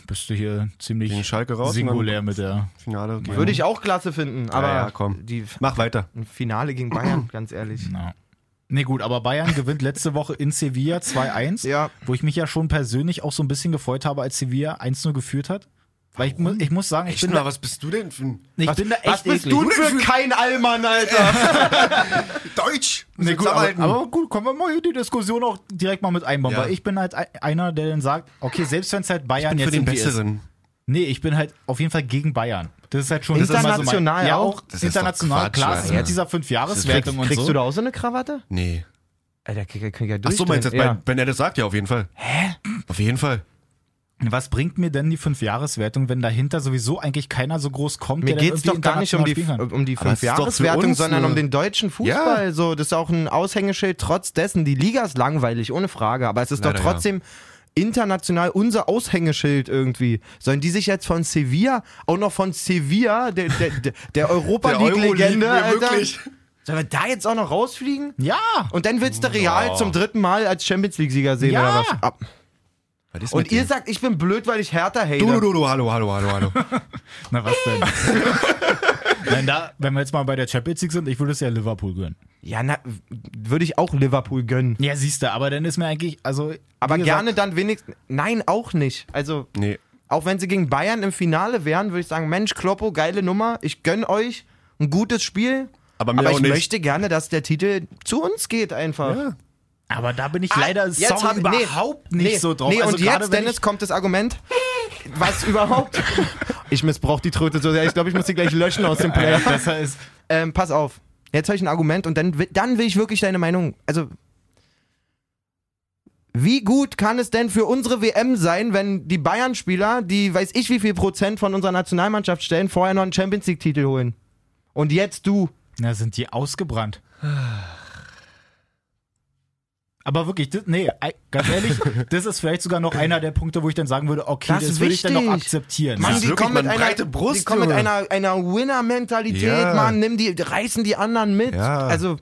Speaker 4: Bist du hier
Speaker 2: gegen
Speaker 4: ziemlich
Speaker 2: Schalke raus.
Speaker 4: singulär mit der.
Speaker 2: und dann Finale.
Speaker 3: Würde ich auch klasse finden, aber
Speaker 2: ja, komm.
Speaker 3: die
Speaker 2: Mach weiter.
Speaker 3: ein Finale gegen Bayern, ganz ehrlich.
Speaker 4: Na. Nee, gut, aber Bayern gewinnt letzte Woche in Sevilla 2-1.
Speaker 3: Ja.
Speaker 4: wo ich mich ja schon persönlich auch so ein bisschen gefreut habe, als Sevilla 1-0 geführt hat. Weil ich, mu ich muss sagen, ich, bin, da,
Speaker 2: was bist du denn für ein
Speaker 4: ich bin da echt
Speaker 3: Was bist
Speaker 4: eklig.
Speaker 3: du denn für kein Allmann, Alter?
Speaker 2: Deutsch?
Speaker 4: Nee, gut, aber, aber gut, kommen wir mal hier die Diskussion auch direkt mal mit einbauen,
Speaker 2: Ja.
Speaker 4: weil ich bin halt ein- einer, der dann sagt, okay, selbst wenn es halt Bayern
Speaker 2: Für
Speaker 4: jetzt
Speaker 2: den
Speaker 4: irgendwie ist.
Speaker 2: Besseren.
Speaker 4: Nee, ich bin halt auf jeden Fall gegen Bayern. Das ist halt schon
Speaker 3: International
Speaker 4: das ist immer so mein- ja,
Speaker 3: auch?
Speaker 4: auch
Speaker 2: Das ist
Speaker 4: international
Speaker 2: doch Quatsch,
Speaker 4: klar, es ist
Speaker 2: Alter.
Speaker 4: mit dieser Fünfjahreswertung und
Speaker 3: Kriegst
Speaker 4: so.
Speaker 3: du da auch so eine Krawatte?
Speaker 2: Nee.
Speaker 3: Alter, krieg, krieg, krieg ja
Speaker 2: Ach so, meinst du, das?
Speaker 3: ja.
Speaker 2: Wenn- wenn er das sagt, ja, auf jeden Fall. Hä? Auf jeden Fall.
Speaker 4: Was bringt mir denn die Fünfjahreswertung, wenn dahinter sowieso eigentlich keiner so groß kommt,
Speaker 3: Mir
Speaker 4: der dann
Speaker 3: geht's
Speaker 4: irgendwie
Speaker 3: doch gar nicht um die,
Speaker 4: international spielen
Speaker 3: um die
Speaker 2: Aber es ist doch für
Speaker 3: Fünfjahreswertung,
Speaker 2: uns
Speaker 3: sondern um
Speaker 2: eine-
Speaker 3: den deutschen Fußball. So, das ist auch ein Aushängeschild. Trotz dessen, die Liga ist langweilig, ohne Frage. Aber es ist
Speaker 2: Leider,
Speaker 3: doch
Speaker 2: ja.
Speaker 3: trotzdem international unser Aushängeschild irgendwie. Sollen die sich jetzt von Sevilla, auch noch von Sevilla, der, der, der- der Europa League-Legende,
Speaker 2: Euroleague,
Speaker 3: Alter.
Speaker 2: wirklich.
Speaker 3: Sollen wir da jetzt auch noch rausfliegen?
Speaker 4: kann? Ja!
Speaker 3: Und dann willst du Real zum dritten Mal als Champions League-Sieger sehen
Speaker 4: Ja.
Speaker 3: oder was? Ab.
Speaker 2: Was ist
Speaker 3: Und
Speaker 2: mit
Speaker 3: ihr
Speaker 2: dir?
Speaker 3: sagt, ich bin blöd, weil ich Hertha hate.
Speaker 2: Du, du, du, hallo, hallo, hallo, hallo.
Speaker 4: Na was denn? Nein, da, wenn wir jetzt mal bei der Champions League sind, ich würde es ja Liverpool gönnen.
Speaker 3: Ja, na, w- würde ich auch Liverpool gönnen.
Speaker 4: Ja, siehst du, aber dann ist mir eigentlich, also.
Speaker 3: Aber
Speaker 4: wie
Speaker 3: gerne dann wenigstens. Nein, auch nicht. Also,
Speaker 2: Nee.
Speaker 3: auch wenn sie gegen Bayern im Finale wären, würde ich sagen: Mensch, Kloppo, geile Nummer. Ich gönne euch ein gutes Spiel.
Speaker 2: Aber mir
Speaker 3: Aber
Speaker 2: auch
Speaker 3: ich
Speaker 2: nicht.
Speaker 3: möchte gerne, dass der Titel zu uns geht, einfach.
Speaker 4: Aber da bin ich leider
Speaker 3: Ah, jetzt
Speaker 4: sorry,
Speaker 3: hab- nee,
Speaker 4: überhaupt nicht
Speaker 3: nee,
Speaker 4: so drauf.
Speaker 3: Nee,
Speaker 4: also
Speaker 3: und
Speaker 4: gerade
Speaker 3: jetzt,
Speaker 4: wenn
Speaker 3: Dennis, kommt das Argument: Was überhaupt? Ich missbrauche die Tröte so sehr. Ich glaube, ich muss sie gleich löschen aus dem Player.
Speaker 4: Besser ist.
Speaker 3: Ähm, pass auf. Jetzt habe ich ein Argument und dann, wi- dann will ich wirklich deine Meinung. Also. Wie gut kann es denn für unsere WM sein, wenn die Bayern-Spieler, die weiß ich wie viel Prozent von unserer Nationalmannschaft stellen, vorher noch einen Champions League-Titel holen? Und jetzt du.
Speaker 4: Na, sind die ausgebrannt. Aber wirklich, das, nee, ei- ganz ehrlich, das ist vielleicht sogar noch einer der Punkte, wo ich dann sagen würde, okay,
Speaker 3: Das
Speaker 4: das,
Speaker 3: ist
Speaker 4: würde ich dann noch
Speaker 3: wichtig.
Speaker 4: akzeptieren.
Speaker 2: Mann,
Speaker 4: ja.
Speaker 2: ist wirklich mal eine breite Brust,
Speaker 3: die kommen mit
Speaker 2: Junge.
Speaker 3: einer, einer Winner-Mentalität,
Speaker 2: Ja.
Speaker 3: Mann. Nimm die, reißen die anderen mit.
Speaker 2: Ja.
Speaker 3: Also,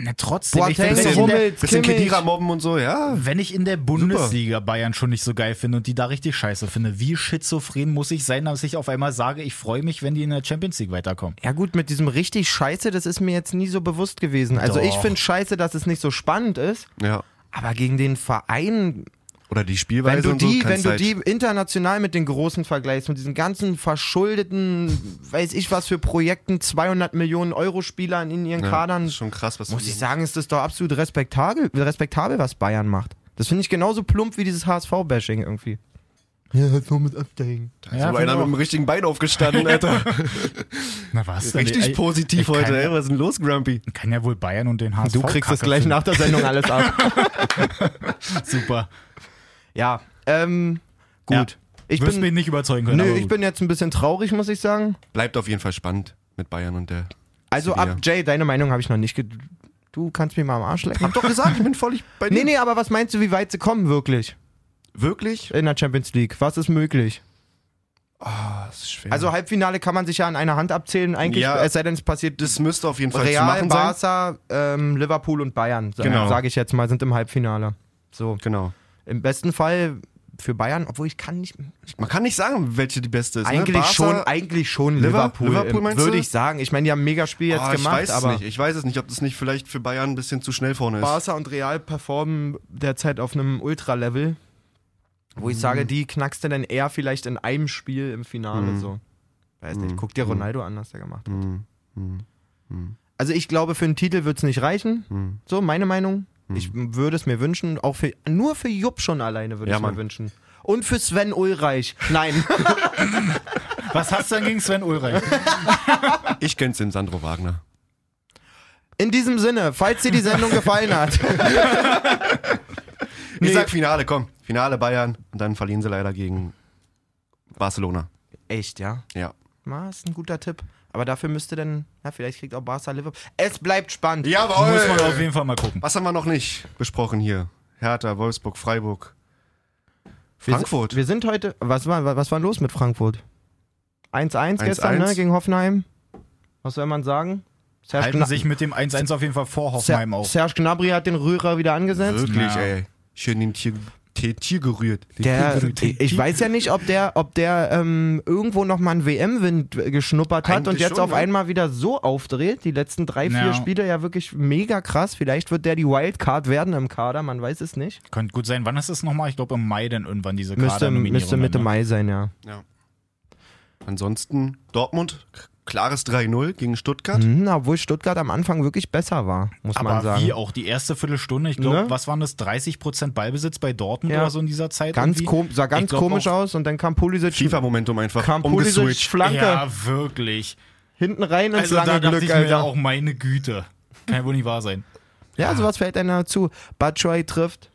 Speaker 4: Na, trotzdem,
Speaker 3: Boateng,
Speaker 4: ich, wenn, ich
Speaker 2: bisschen-
Speaker 4: in der,
Speaker 3: Hummels,
Speaker 2: Bisschen
Speaker 3: Kimmich.
Speaker 2: Kedira mobben und so, ja.
Speaker 4: wenn ich in der Bundesliga Bayern schon nicht so geil finde und die da richtig scheiße finde, wie schizophren muss ich sein, dass ich auf einmal sage, ich freue mich, wenn die in der Champions League weiterkommen?
Speaker 3: Ja gut, mit diesem richtig Scheiße, das ist mir jetzt nie so bewusst gewesen. Also ich
Speaker 4: Doch.
Speaker 3: finde Scheiße, dass es nicht so spannend ist,
Speaker 2: Ja.
Speaker 3: aber gegen den Verein,
Speaker 2: Oder die
Speaker 3: wenn
Speaker 2: Spielweise
Speaker 3: du
Speaker 2: und so
Speaker 3: die, wenn
Speaker 2: kannst
Speaker 3: du
Speaker 2: halt-
Speaker 3: die international mit den großen vergleichst, mit diesen ganzen verschuldeten, weiß ich was für Projekten, 200 Millionen Euro Spielern in ihren
Speaker 2: ja,
Speaker 3: Kadern,
Speaker 2: Ist schon krass, was
Speaker 3: muss
Speaker 2: du
Speaker 3: ich sagen, ist das doch absolut respektabel, respektabel was Bayern macht. Das finde ich genauso plump wie dieses HSV-Bashing irgendwie. Ja, halt nur mit abdenken.
Speaker 4: Ja,
Speaker 2: so einer
Speaker 4: genau.
Speaker 2: mit dem richtigen Bein aufgestanden, Alter.
Speaker 4: Na was? denn?
Speaker 2: Richtig
Speaker 4: Ey,
Speaker 2: positiv
Speaker 4: ey,
Speaker 2: heute,
Speaker 4: kann,
Speaker 2: ey. Was ist denn los, Grumpy?
Speaker 4: Kann ja wohl Bayern und den HSV.
Speaker 3: Du kriegst das
Speaker 4: Kacke
Speaker 3: gleich
Speaker 4: finden.
Speaker 3: nach der Sendung alles ab.
Speaker 4: Super.
Speaker 3: Ja, ähm, gut.
Speaker 4: Ja.
Speaker 3: Ich
Speaker 4: Ich Wirst
Speaker 3: bin,
Speaker 4: mich nicht überzeugen können.
Speaker 3: nö,
Speaker 4: aber
Speaker 3: ich
Speaker 4: gut.
Speaker 3: bin jetzt ein bisschen traurig, muss ich sagen.
Speaker 2: Bleibt auf jeden Fall spannend mit Bayern und der.
Speaker 3: Also
Speaker 2: Sevilla.
Speaker 3: ab, Jay, deine Meinung habe ich noch nicht. Ge du kannst mir mal am Arsch lecken.
Speaker 2: Hab doch gesagt, ich bin völlig bei dir.
Speaker 3: Nee, nee, aber was meinst du, wie weit sie kommen wirklich
Speaker 2: Wirklich?
Speaker 3: in der Champions League? Was ist möglich?
Speaker 2: Das ist schwer.
Speaker 3: Also Halbfinale kann man sich ja an einer Hand abzählen eigentlich,
Speaker 2: Ja.
Speaker 3: es sei denn, es passiert
Speaker 2: das müsste auf jeden Fall zu
Speaker 3: Real,
Speaker 2: machen
Speaker 3: Barca,
Speaker 2: sein.
Speaker 3: ähm, Liverpool und Bayern,
Speaker 2: Genau.
Speaker 3: sage ich jetzt mal, sind im Halbfinale. So,
Speaker 2: Genau.
Speaker 3: im besten Fall für Bayern, obwohl ich kann nicht...
Speaker 2: Man kann nicht sagen, welche die beste ist.
Speaker 3: Eigentlich
Speaker 2: ne? Barca-
Speaker 3: schon, eigentlich schon
Speaker 2: Liver-
Speaker 3: Liverpool,
Speaker 2: Liverpool
Speaker 3: ähm,
Speaker 2: meinst
Speaker 3: würde
Speaker 2: du?
Speaker 3: ich sagen. Ich meine, die haben ein Megaspiel jetzt
Speaker 2: Ah,
Speaker 3: gemacht,
Speaker 2: ich weiß
Speaker 3: aber...
Speaker 2: es nicht. Ich weiß es nicht, ob das nicht vielleicht für Bayern ein bisschen zu schnell vorne ist.
Speaker 3: Barca und Real performen derzeit auf einem Ultra-Level, wo ich
Speaker 2: Mhm.
Speaker 3: sage, die knackst du dann eher vielleicht in einem Spiel im Finale so. Weiß nicht,
Speaker 2: Mhm.
Speaker 3: guck dir Ronaldo an, was der gemacht hat. Also ich glaube, für einen Titel wird es nicht reichen.
Speaker 2: Mhm.
Speaker 3: So, meine Meinung. Ich würde es mir wünschen, auch für, nur für Jupp schon alleine würde
Speaker 2: Ja,
Speaker 3: ich mir
Speaker 2: Mann.
Speaker 3: wünschen. Und für Sven Ulreich. Nein.
Speaker 4: Was hast du denn gegen Sven Ulreich?
Speaker 2: Ich gönn's dem Sandro Wagner.
Speaker 3: In diesem Sinne, falls dir die Sendung gefallen hat. Nee.
Speaker 2: Ich sag Finale, komm. Finale Bayern. Und dann verlieren sie leider gegen Barcelona.
Speaker 3: Echt, ja?
Speaker 2: Ja.
Speaker 3: Ma, ist ein guter Tipp. Aber dafür müsste dann, ja, vielleicht kriegt auch Barca Liverpool. Es bleibt spannend.
Speaker 4: Muss man auf jeden Fall mal gucken.
Speaker 2: Was haben wir noch nicht besprochen hier? Hertha, Wolfsburg, Freiburg.
Speaker 3: Wir si-
Speaker 2: Frankfurt.
Speaker 3: Wir sind heute. Was war, wa- was war los mit Frankfurt? 1-1 gestern,
Speaker 2: 1-1.
Speaker 3: ne? Gegen Hoffenheim. Was soll man sagen? Serge,
Speaker 4: Halten
Speaker 3: Gna-
Speaker 4: sich mit dem 1-1 auf jeden Fall vor Hoffenheim
Speaker 3: Ser
Speaker 4: auch.
Speaker 3: Serge Gnabry hat den Rührer wieder angesetzt.
Speaker 2: Wirklich,
Speaker 4: Na.
Speaker 2: ey. Schön den Tier, Tee- Tier gerührt. Den
Speaker 3: Der,
Speaker 2: Tier gerührt.
Speaker 3: ich ich weiß ja nicht, ob der, ob der ähm, irgendwo nochmal einen WM-Wind geschnuppert hat und
Speaker 2: Eigentlich
Speaker 3: jetzt
Speaker 2: schon,
Speaker 3: auf
Speaker 2: ne?
Speaker 3: einmal wieder so aufdreht. Die letzten drei, vier
Speaker 4: Ja.
Speaker 3: Spiele ja wirklich mega krass. Vielleicht wird der die Wildcard werden im Kader, man weiß es nicht.
Speaker 4: Könnte gut sein. Wann ist es nochmal? Ich glaube im Mai dann irgendwann diese
Speaker 3: Müsste,
Speaker 4: Kadernominierung
Speaker 3: müsste
Speaker 4: dann,
Speaker 3: Mitte
Speaker 4: ne?
Speaker 3: Mai sein, ja.
Speaker 2: Ansonsten Dortmund, k- klares 3-0 gegen Stuttgart.
Speaker 3: Mhm, obwohl Stuttgart am Anfang wirklich besser war, muss man
Speaker 4: Aber
Speaker 3: sagen.
Speaker 4: wie auch die erste Viertelstunde, ich glaube,
Speaker 3: Ne?
Speaker 4: was waren das? 30% Ballbesitz bei Dortmund
Speaker 3: Ja.
Speaker 4: oder so in dieser Zeit?
Speaker 3: Ganz
Speaker 4: irgendwie?
Speaker 3: kom sah
Speaker 4: Ich
Speaker 3: ganz
Speaker 4: glaub
Speaker 3: komisch
Speaker 4: auch-
Speaker 3: aus und dann kam Pulisic,
Speaker 2: FIFA-Momentum einfach
Speaker 3: kam Pulisic
Speaker 2: umgeswitcht.
Speaker 3: Flanke
Speaker 4: Ja, wirklich.
Speaker 3: hinten rein ins
Speaker 4: Also da
Speaker 3: lange
Speaker 4: dachte
Speaker 3: Glück,
Speaker 4: ich mir
Speaker 3: Alter.
Speaker 4: auch, ah. meine Güte. Kann ja wohl nicht wahr sein.
Speaker 3: Ja, sowas fällt einer zu. Batshuayi trifft.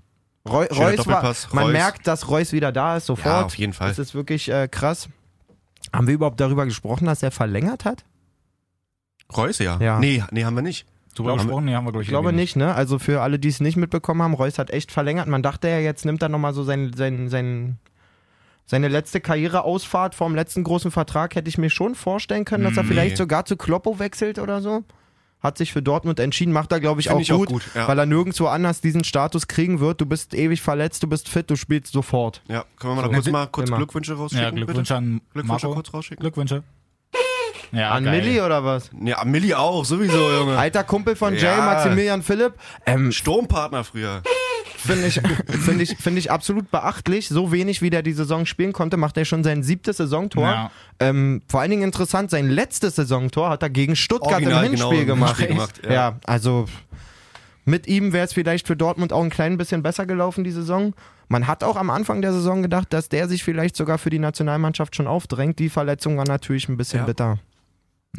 Speaker 3: Roy
Speaker 2: Schöner
Speaker 3: Reus war,
Speaker 2: Doppelpass,
Speaker 3: man
Speaker 2: Reus.
Speaker 3: merkt, dass Reus wieder da ist sofort.
Speaker 2: Ja, auf jeden Fall.
Speaker 3: Das ist wirklich äh, krass. Haben wir überhaupt darüber gesprochen, dass er verlängert hat?
Speaker 2: Reus, ja.
Speaker 3: Ja.
Speaker 2: Nee, nee, haben wir nicht.
Speaker 4: Drüber
Speaker 2: Haben wir-
Speaker 4: gesprochen, nee, haben wir, glaube ich,
Speaker 3: Ich glaube
Speaker 4: irgendwie
Speaker 3: nicht, ne? Also für alle, die es nicht mitbekommen haben, Reus hat echt verlängert. Man dachte ja, jetzt nimmt er nochmal so sein, sein, sein, seine letzte Karriereausfahrt vorm letzten großen Vertrag. Hätte ich mir schon vorstellen können, dass er
Speaker 2: Mm, Nee.
Speaker 3: vielleicht sogar zu Kloppo wechselt oder so. Hat sich für Dortmund entschieden, macht er, glaube ich,
Speaker 2: Finde
Speaker 3: auch
Speaker 2: ich auch
Speaker 3: gut,
Speaker 2: gut, ja.
Speaker 3: weil er nirgendwo anders diesen Status kriegen wird. Du bist ewig verletzt, du bist fit, du spielst sofort.
Speaker 2: Ja, können wir mal, da kurz,
Speaker 4: ne,
Speaker 2: mal kurz
Speaker 3: immer.
Speaker 2: Glückwünsche rausschicken?
Speaker 4: Ja, Glückwünsche
Speaker 2: bitte?
Speaker 4: an
Speaker 2: Glückwünsche
Speaker 4: Marco.
Speaker 2: kurz rausschicken?
Speaker 4: Glückwünsche. Ja,
Speaker 2: Ah,
Speaker 3: An
Speaker 4: geil.
Speaker 3: Milli oder was?
Speaker 2: Ja, an Milli auch, sowieso, Junge.
Speaker 3: Alter Kumpel von Jay,
Speaker 2: Ja.
Speaker 3: Maximilian Philipp. Ähm,
Speaker 2: Sturmpartner früher.
Speaker 3: Finde ich, find ich, find ich absolut beachtlich. So wenig, wie der die Saison spielen konnte, macht er schon sein siebtes Saisontor.
Speaker 4: Ja.
Speaker 3: Ähm, vor allen Dingen interessant, sein letztes Saisontor hat er gegen Stuttgart
Speaker 2: Original,
Speaker 3: im
Speaker 2: genau,
Speaker 3: Hinspiel
Speaker 2: im
Speaker 3: gemacht.
Speaker 2: Hinspiel gemacht,
Speaker 3: ja.
Speaker 2: ja.
Speaker 3: also Mit ihm wäre es vielleicht für Dortmund auch ein klein bisschen besser gelaufen, die Saison. Man hat auch am Anfang der Saison gedacht, dass der sich vielleicht sogar für die Nationalmannschaft schon aufdrängt. Die Verletzung war natürlich ein bisschen
Speaker 2: Ja.
Speaker 3: bitter.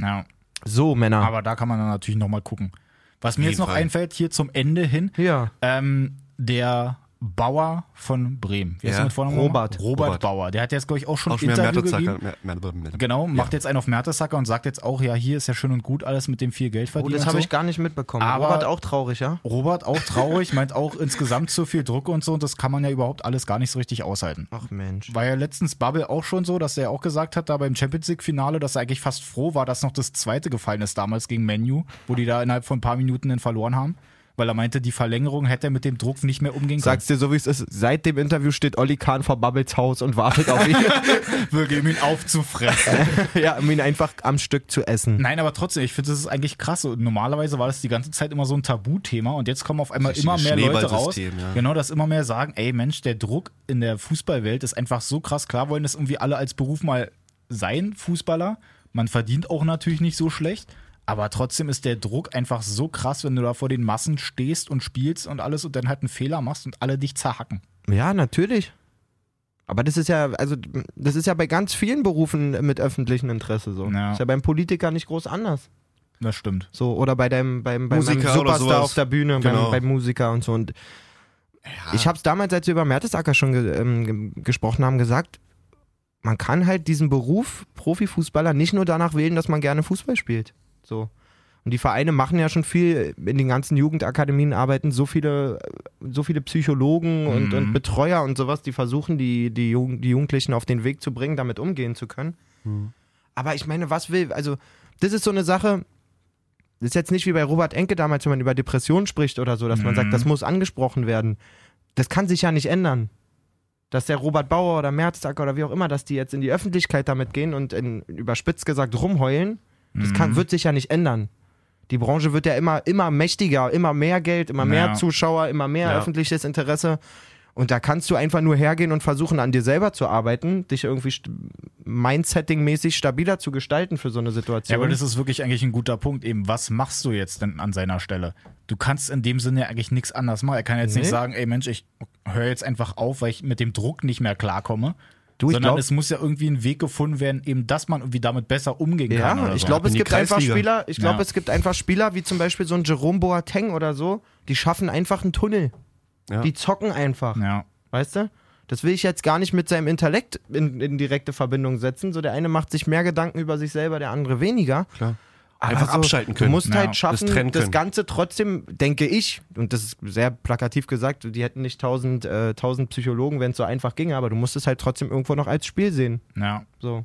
Speaker 4: Ja.
Speaker 3: So, Männer.
Speaker 4: Aber da kann man dann natürlich nochmal gucken. Was mir
Speaker 2: jeden
Speaker 4: jetzt noch
Speaker 2: Fall.
Speaker 4: einfällt, hier zum Ende hin,
Speaker 3: ja. oh,
Speaker 4: ähm, der Bauer von Bremen. Wie
Speaker 2: Ja.
Speaker 4: heißt der mit Vornamen nochmal?
Speaker 3: Robert.
Speaker 4: Robert.
Speaker 2: Robert.
Speaker 4: Bauer. Der hat jetzt, glaube ich, auch schon
Speaker 2: Auch
Speaker 4: ein
Speaker 2: schon mehr
Speaker 4: Interview
Speaker 2: Mertesacker.
Speaker 4: gegeben.
Speaker 2: Mer- Mer- Mer-
Speaker 4: Genau, macht
Speaker 2: Ja.
Speaker 4: jetzt einen auf Mertesacker und sagt jetzt auch, ja, hier ist ja schön und gut alles mit dem viel Geld
Speaker 3: Oh,
Speaker 4: verdienen.
Speaker 3: das
Speaker 4: und
Speaker 3: habe
Speaker 4: so.
Speaker 3: ich gar nicht mitbekommen.
Speaker 4: Aber-
Speaker 3: Robert auch traurig, ja?
Speaker 4: Robert auch traurig, meint auch insgesamt zu viel Druck und so und das kann man ja überhaupt alles gar nicht so richtig aushalten.
Speaker 3: Ach Mensch.
Speaker 4: War ja letztens Bubble auch schon so, dass er auch gesagt hat, da beim Champions League Finale, dass er eigentlich fast froh war, dass noch das zweite gefallen ist damals gegen Menu, wo die da innerhalb von ein paar Minuten dann verloren haben, weil er meinte, die Verlängerung hätte er mit dem Druck nicht mehr umgehen können.
Speaker 3: Sag's dir so, wie es ist. Seit dem Interview steht Olli Kahn vor Bubbles Haus und wartet auf ihn,
Speaker 4: wir geben ihn aufzufressen.
Speaker 3: ja, um ihn einfach am Stück zu essen.
Speaker 4: Nein, aber trotzdem, ich finde, das ist eigentlich krass. Und normalerweise war das die ganze Zeit immer so ein Tabuthema und jetzt kommen auf einmal immer
Speaker 2: Richtiges
Speaker 4: mehr Leute raus.
Speaker 2: Schneeballsystem, ja.
Speaker 4: Genau, dass immer mehr sagen, ey Mensch, der Druck in der Fußballwelt ist einfach so krass. Klar wollen das irgendwie alle als Beruf mal sein, Fußballer. Man verdient auch natürlich nicht so schlecht. Aber trotzdem ist der Druck einfach so krass, wenn du da vor den Massen stehst und spielst und alles und dann halt einen Fehler machst und alle dich zerhacken.
Speaker 3: Ja, natürlich. Aber das ist ja, also das ist ja bei ganz vielen Berufen mit öffentlichem Interesse so.
Speaker 4: Ja.
Speaker 3: Ist ja beim Politiker nicht groß anders.
Speaker 4: Das stimmt.
Speaker 3: So, oder bei deinem beim, beim, beim
Speaker 2: Musiker oder
Speaker 3: Superstar
Speaker 2: sowas.
Speaker 3: auf der Bühne,
Speaker 2: Genau.
Speaker 3: beim, beim Musiker und so. Und ich hab's damals, als wir über Mertesacker schon ge ähm, ge gesprochen haben, gesagt, man kann halt diesen Beruf Profifußballer nicht nur danach wählen, dass man gerne Fußball spielt. So. Und die Vereine machen ja schon viel, in den ganzen Jugendakademien arbeiten so viele, so viele Psychologen und, und
Speaker 2: Mhm.
Speaker 3: Betreuer und sowas, die versuchen, die, die, Jugend, die Jugendlichen auf den Weg zu bringen, damit umgehen zu können. Aber ich meine, was will, also, das ist so eine Sache, das ist jetzt nicht wie bei Robert Enke damals, wenn man über Depressionen spricht oder so, dass man sagt, das muss angesprochen werden. Das kann sich ja nicht ändern. Dass der Robert Bauer oder Merztag oder wie auch immer, dass die jetzt in die Öffentlichkeit damit gehen und in, überspitzt gesagt rumheulen, das kann, wird sich ja nicht ändern. Die Branche wird ja immer, immer mächtiger, immer mehr Geld, immer mehr
Speaker 4: Ja.
Speaker 3: Zuschauer, immer mehr
Speaker 2: Ja.
Speaker 3: öffentliches Interesse. Und da kannst du einfach nur hergehen und versuchen, an dir selber zu arbeiten, dich irgendwie st mindsetting-mäßig stabiler zu gestalten für so eine Situation.
Speaker 4: Ja, aber das ist wirklich eigentlich ein guter Punkt. Eben, was machst du jetzt denn an seiner Stelle? Du kannst in dem Sinne ja eigentlich nichts anders machen. Er kann jetzt nicht
Speaker 3: Nee.
Speaker 4: sagen, ey Mensch, ich höre jetzt einfach auf, weil ich mit dem Druck nicht mehr klarkomme.
Speaker 3: du, ich
Speaker 4: Sondern
Speaker 3: glaub-
Speaker 4: es muss ja irgendwie ein Weg gefunden werden, eben, dass man irgendwie damit besser umgehen kann.
Speaker 3: Ja,
Speaker 4: Oder
Speaker 3: ich
Speaker 4: so.
Speaker 3: glaube,
Speaker 2: In
Speaker 3: es
Speaker 2: die
Speaker 3: gibt einfach
Speaker 2: Kreisliga.
Speaker 3: Spieler, ich glaube,
Speaker 4: Ja.
Speaker 3: es gibt einfach Spieler, wie zum Beispiel so ein Jerome Boateng oder so, die schaffen einfach einen Tunnel.
Speaker 2: Ja.
Speaker 3: Die zocken einfach,
Speaker 4: Ja.
Speaker 3: weißt du? Das will ich jetzt gar nicht mit seinem Intellekt in, in direkte Verbindung setzen. So der eine macht sich mehr Gedanken über sich selber, der andere weniger.
Speaker 2: Klar.
Speaker 3: Aber
Speaker 2: Einfach
Speaker 3: so,
Speaker 2: abschalten
Speaker 3: Du
Speaker 2: können.
Speaker 3: musst
Speaker 4: Ja,
Speaker 3: halt
Speaker 4: das
Speaker 3: schaffen, das,
Speaker 2: trennen können.
Speaker 3: Ganze trotzdem, denke ich, und das ist sehr plakativ gesagt, die hätten nicht tausend, äh, tausend Psychologen, wenn es so einfach ginge, aber du musst es halt trotzdem irgendwo noch als Spiel sehen.
Speaker 4: ja.
Speaker 3: So,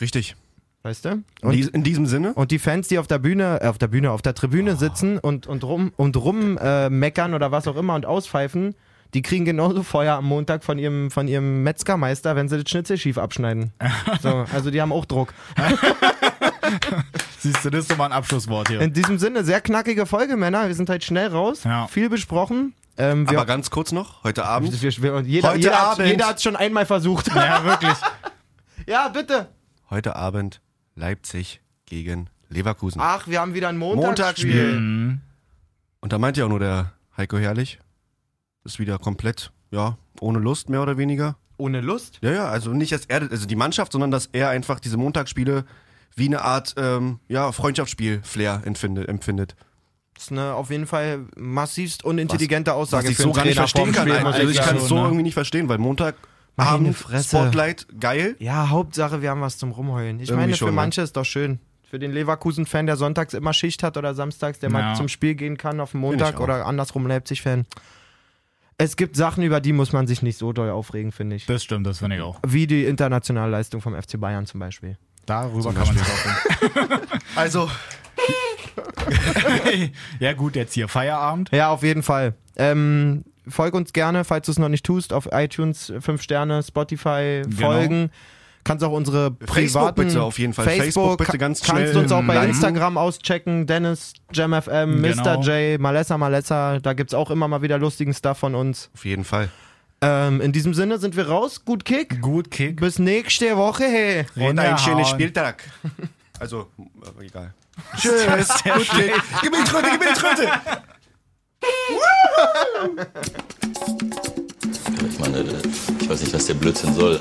Speaker 2: Richtig.
Speaker 3: weißt du?
Speaker 2: In dies- in diesem Sinne.
Speaker 3: Und die Fans, die auf der Bühne, äh, auf der Bühne, auf der
Speaker 2: Oh.
Speaker 3: Tribüne sitzen und, und rum und rum äh, meckern oder was auch immer und auspfeifen, die kriegen genauso Feuer am Montag von ihrem, von ihrem Metzgermeister, wenn sie das Schnitzel schief abschneiden. So, also die haben auch Druck.
Speaker 4: Siehst du, das ist doch mal ein Abschlusswort hier.
Speaker 3: In diesem Sinne, sehr knackige Folge, Männer. Wir sind halt schnell raus,
Speaker 4: Ja.
Speaker 3: viel besprochen. Ähm, wir,
Speaker 2: Aber ganz kurz noch, heute Abend.
Speaker 3: wir, wir, jeder,
Speaker 2: Heute
Speaker 3: jeder, hat's-
Speaker 2: Abend.
Speaker 3: jeder hat es schon einmal versucht.
Speaker 4: ja, wirklich.
Speaker 3: ja, bitte.
Speaker 2: Heute Abend Leipzig gegen Leverkusen.
Speaker 3: Ach, wir haben wieder ein Montagsspiel.
Speaker 2: Montagsspiel.
Speaker 4: Mhm.
Speaker 2: Und da meint ja auch nur der Heiko Herrlich. Ist wieder komplett, ja, ohne Lust, mehr oder weniger.
Speaker 3: Ohne Lust.
Speaker 2: Ja, ja, also nicht, dass er, also die Mannschaft, sondern dass er einfach diese Montagsspiele wie eine Art, ähm, ja, Freundschaftsspiel-Flair empfindet. empfindet.
Speaker 3: Das ist eine ne? auf jeden Fall massivst unintelligente Aussage
Speaker 2: Was ich
Speaker 3: für einen
Speaker 2: so gar nicht
Speaker 3: Trainer vorm
Speaker 2: verstehen kann.
Speaker 3: Spiel, muss
Speaker 2: Also ich
Speaker 3: sagen.
Speaker 2: kann es so
Speaker 4: Ja.
Speaker 2: irgendwie nicht verstehen, weil Montag
Speaker 3: Meine
Speaker 2: Abend,
Speaker 3: Fresse.
Speaker 2: Spotlight, geil.
Speaker 3: Ja, Hauptsache, wir haben was zum Rumheulen. Ich
Speaker 2: Irgendwie
Speaker 3: meine,
Speaker 2: schon,
Speaker 3: für
Speaker 2: ne?
Speaker 3: manche ist doch schön. Für den Leverkusen-Fan, der sonntags immer Schicht hat oder samstags, der mal
Speaker 4: Ja.
Speaker 3: zum Spiel gehen kann auf den
Speaker 2: ich
Speaker 3: Montag
Speaker 2: auch.
Speaker 3: oder andersrum Leipzig-Fan. Es gibt Sachen, über die muss man sich nicht so doll aufregen, finde ich.
Speaker 4: Das stimmt, das finde ich auch.
Speaker 3: Wie die internationale Leistung vom FC Bayern zum Beispiel.
Speaker 4: Darüber kann man sich auch
Speaker 2: Also,
Speaker 4: reden. Ja, gut, jetzt hier Feierabend.
Speaker 3: Ja, auf jeden Fall. Ähm, folg uns gerne, falls du es noch nicht tust, auf iTunes 5 Sterne, Spotify,
Speaker 4: Genau.
Speaker 3: folgen. Kannst auch unsere
Speaker 2: Facebook
Speaker 3: privaten
Speaker 2: bitte auf jeden Fall.
Speaker 3: Facebook,
Speaker 2: Facebook bitte
Speaker 3: ka-
Speaker 2: ganz
Speaker 3: Kannst
Speaker 2: schnell
Speaker 3: uns auch bei
Speaker 2: liken.
Speaker 3: Instagram auschecken. Dennis, JamFM,
Speaker 4: Genau.
Speaker 3: Mr. J, Malessa, Malessa. Da gibt's auch immer mal wieder lustigen Stuff von uns.
Speaker 2: auf jeden Fall.
Speaker 3: Ähm, in diesem Sinne sind wir raus. Gut Kick.
Speaker 4: Gut Kick.
Speaker 3: Bis nächste Woche. Hey.
Speaker 2: Und ein schönes
Speaker 4: Reinhauen.
Speaker 2: Spieltag. Also, äh, egal. Tschüss. Gut Glück. Gib mir die Tröte, gib mir die Tröte.
Speaker 6: äh, Ich meine, ich weiß nicht, was der Blödsinn soll.